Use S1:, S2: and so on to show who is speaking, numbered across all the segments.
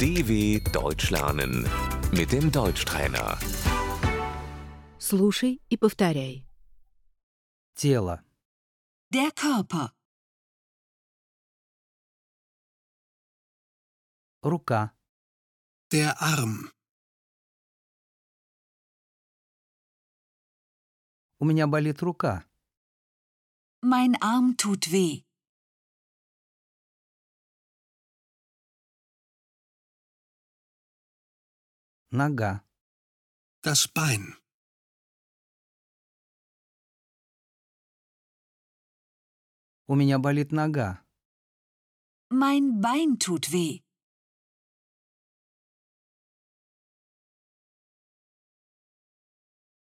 S1: DW Deutsch lernen mit dem Deutschtrainer.
S2: Слушай и повторяй.
S3: Тело.
S4: Der Körper,
S3: Рука.
S5: Der Arm.
S3: У меня болит рука.
S4: mein Arm tut weh,
S3: Нога.
S5: Das Bein.
S3: У меня болит нога.
S4: mein Bein tut weh,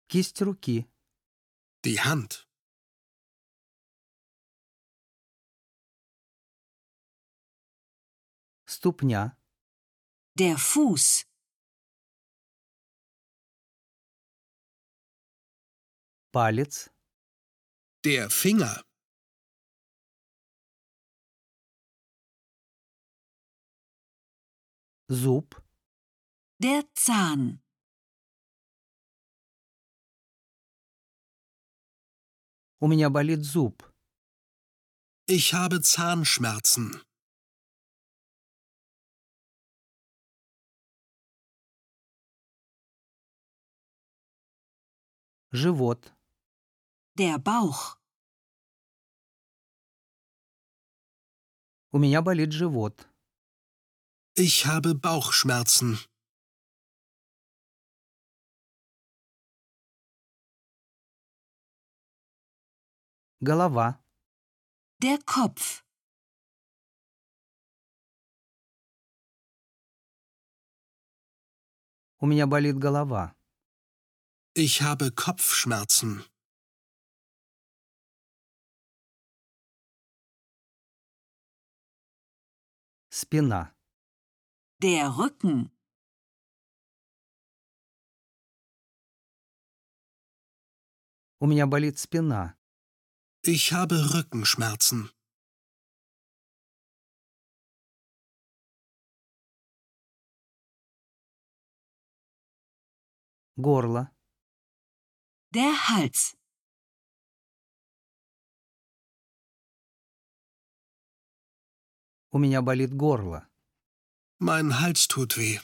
S3: Кисть руки.
S5: Die Hand.
S3: Ступня.
S4: der Fuß,
S3: Палец.
S5: Der Finger.
S3: Зуб.
S4: der Zahn,
S3: У меня болит зуб.
S5: Ich habe Zahnschmerzen.
S3: Живот.
S4: der Bauch,
S3: У меня болит живот.
S5: Ich habe Bauchschmerzen.
S3: Голова.
S4: der Kopf,
S3: У меня болит голова.
S5: Ich habe Kopfschmerzen.
S3: Спина.
S4: der Rücken,
S3: У меня болит спина.
S5: Ich habe Rückenschmerzen.
S3: Горло.
S4: der Hals,
S3: У меня болит горло.
S5: Mein Hals tut weh.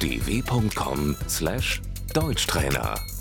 S1: dw.com/deutschtrainer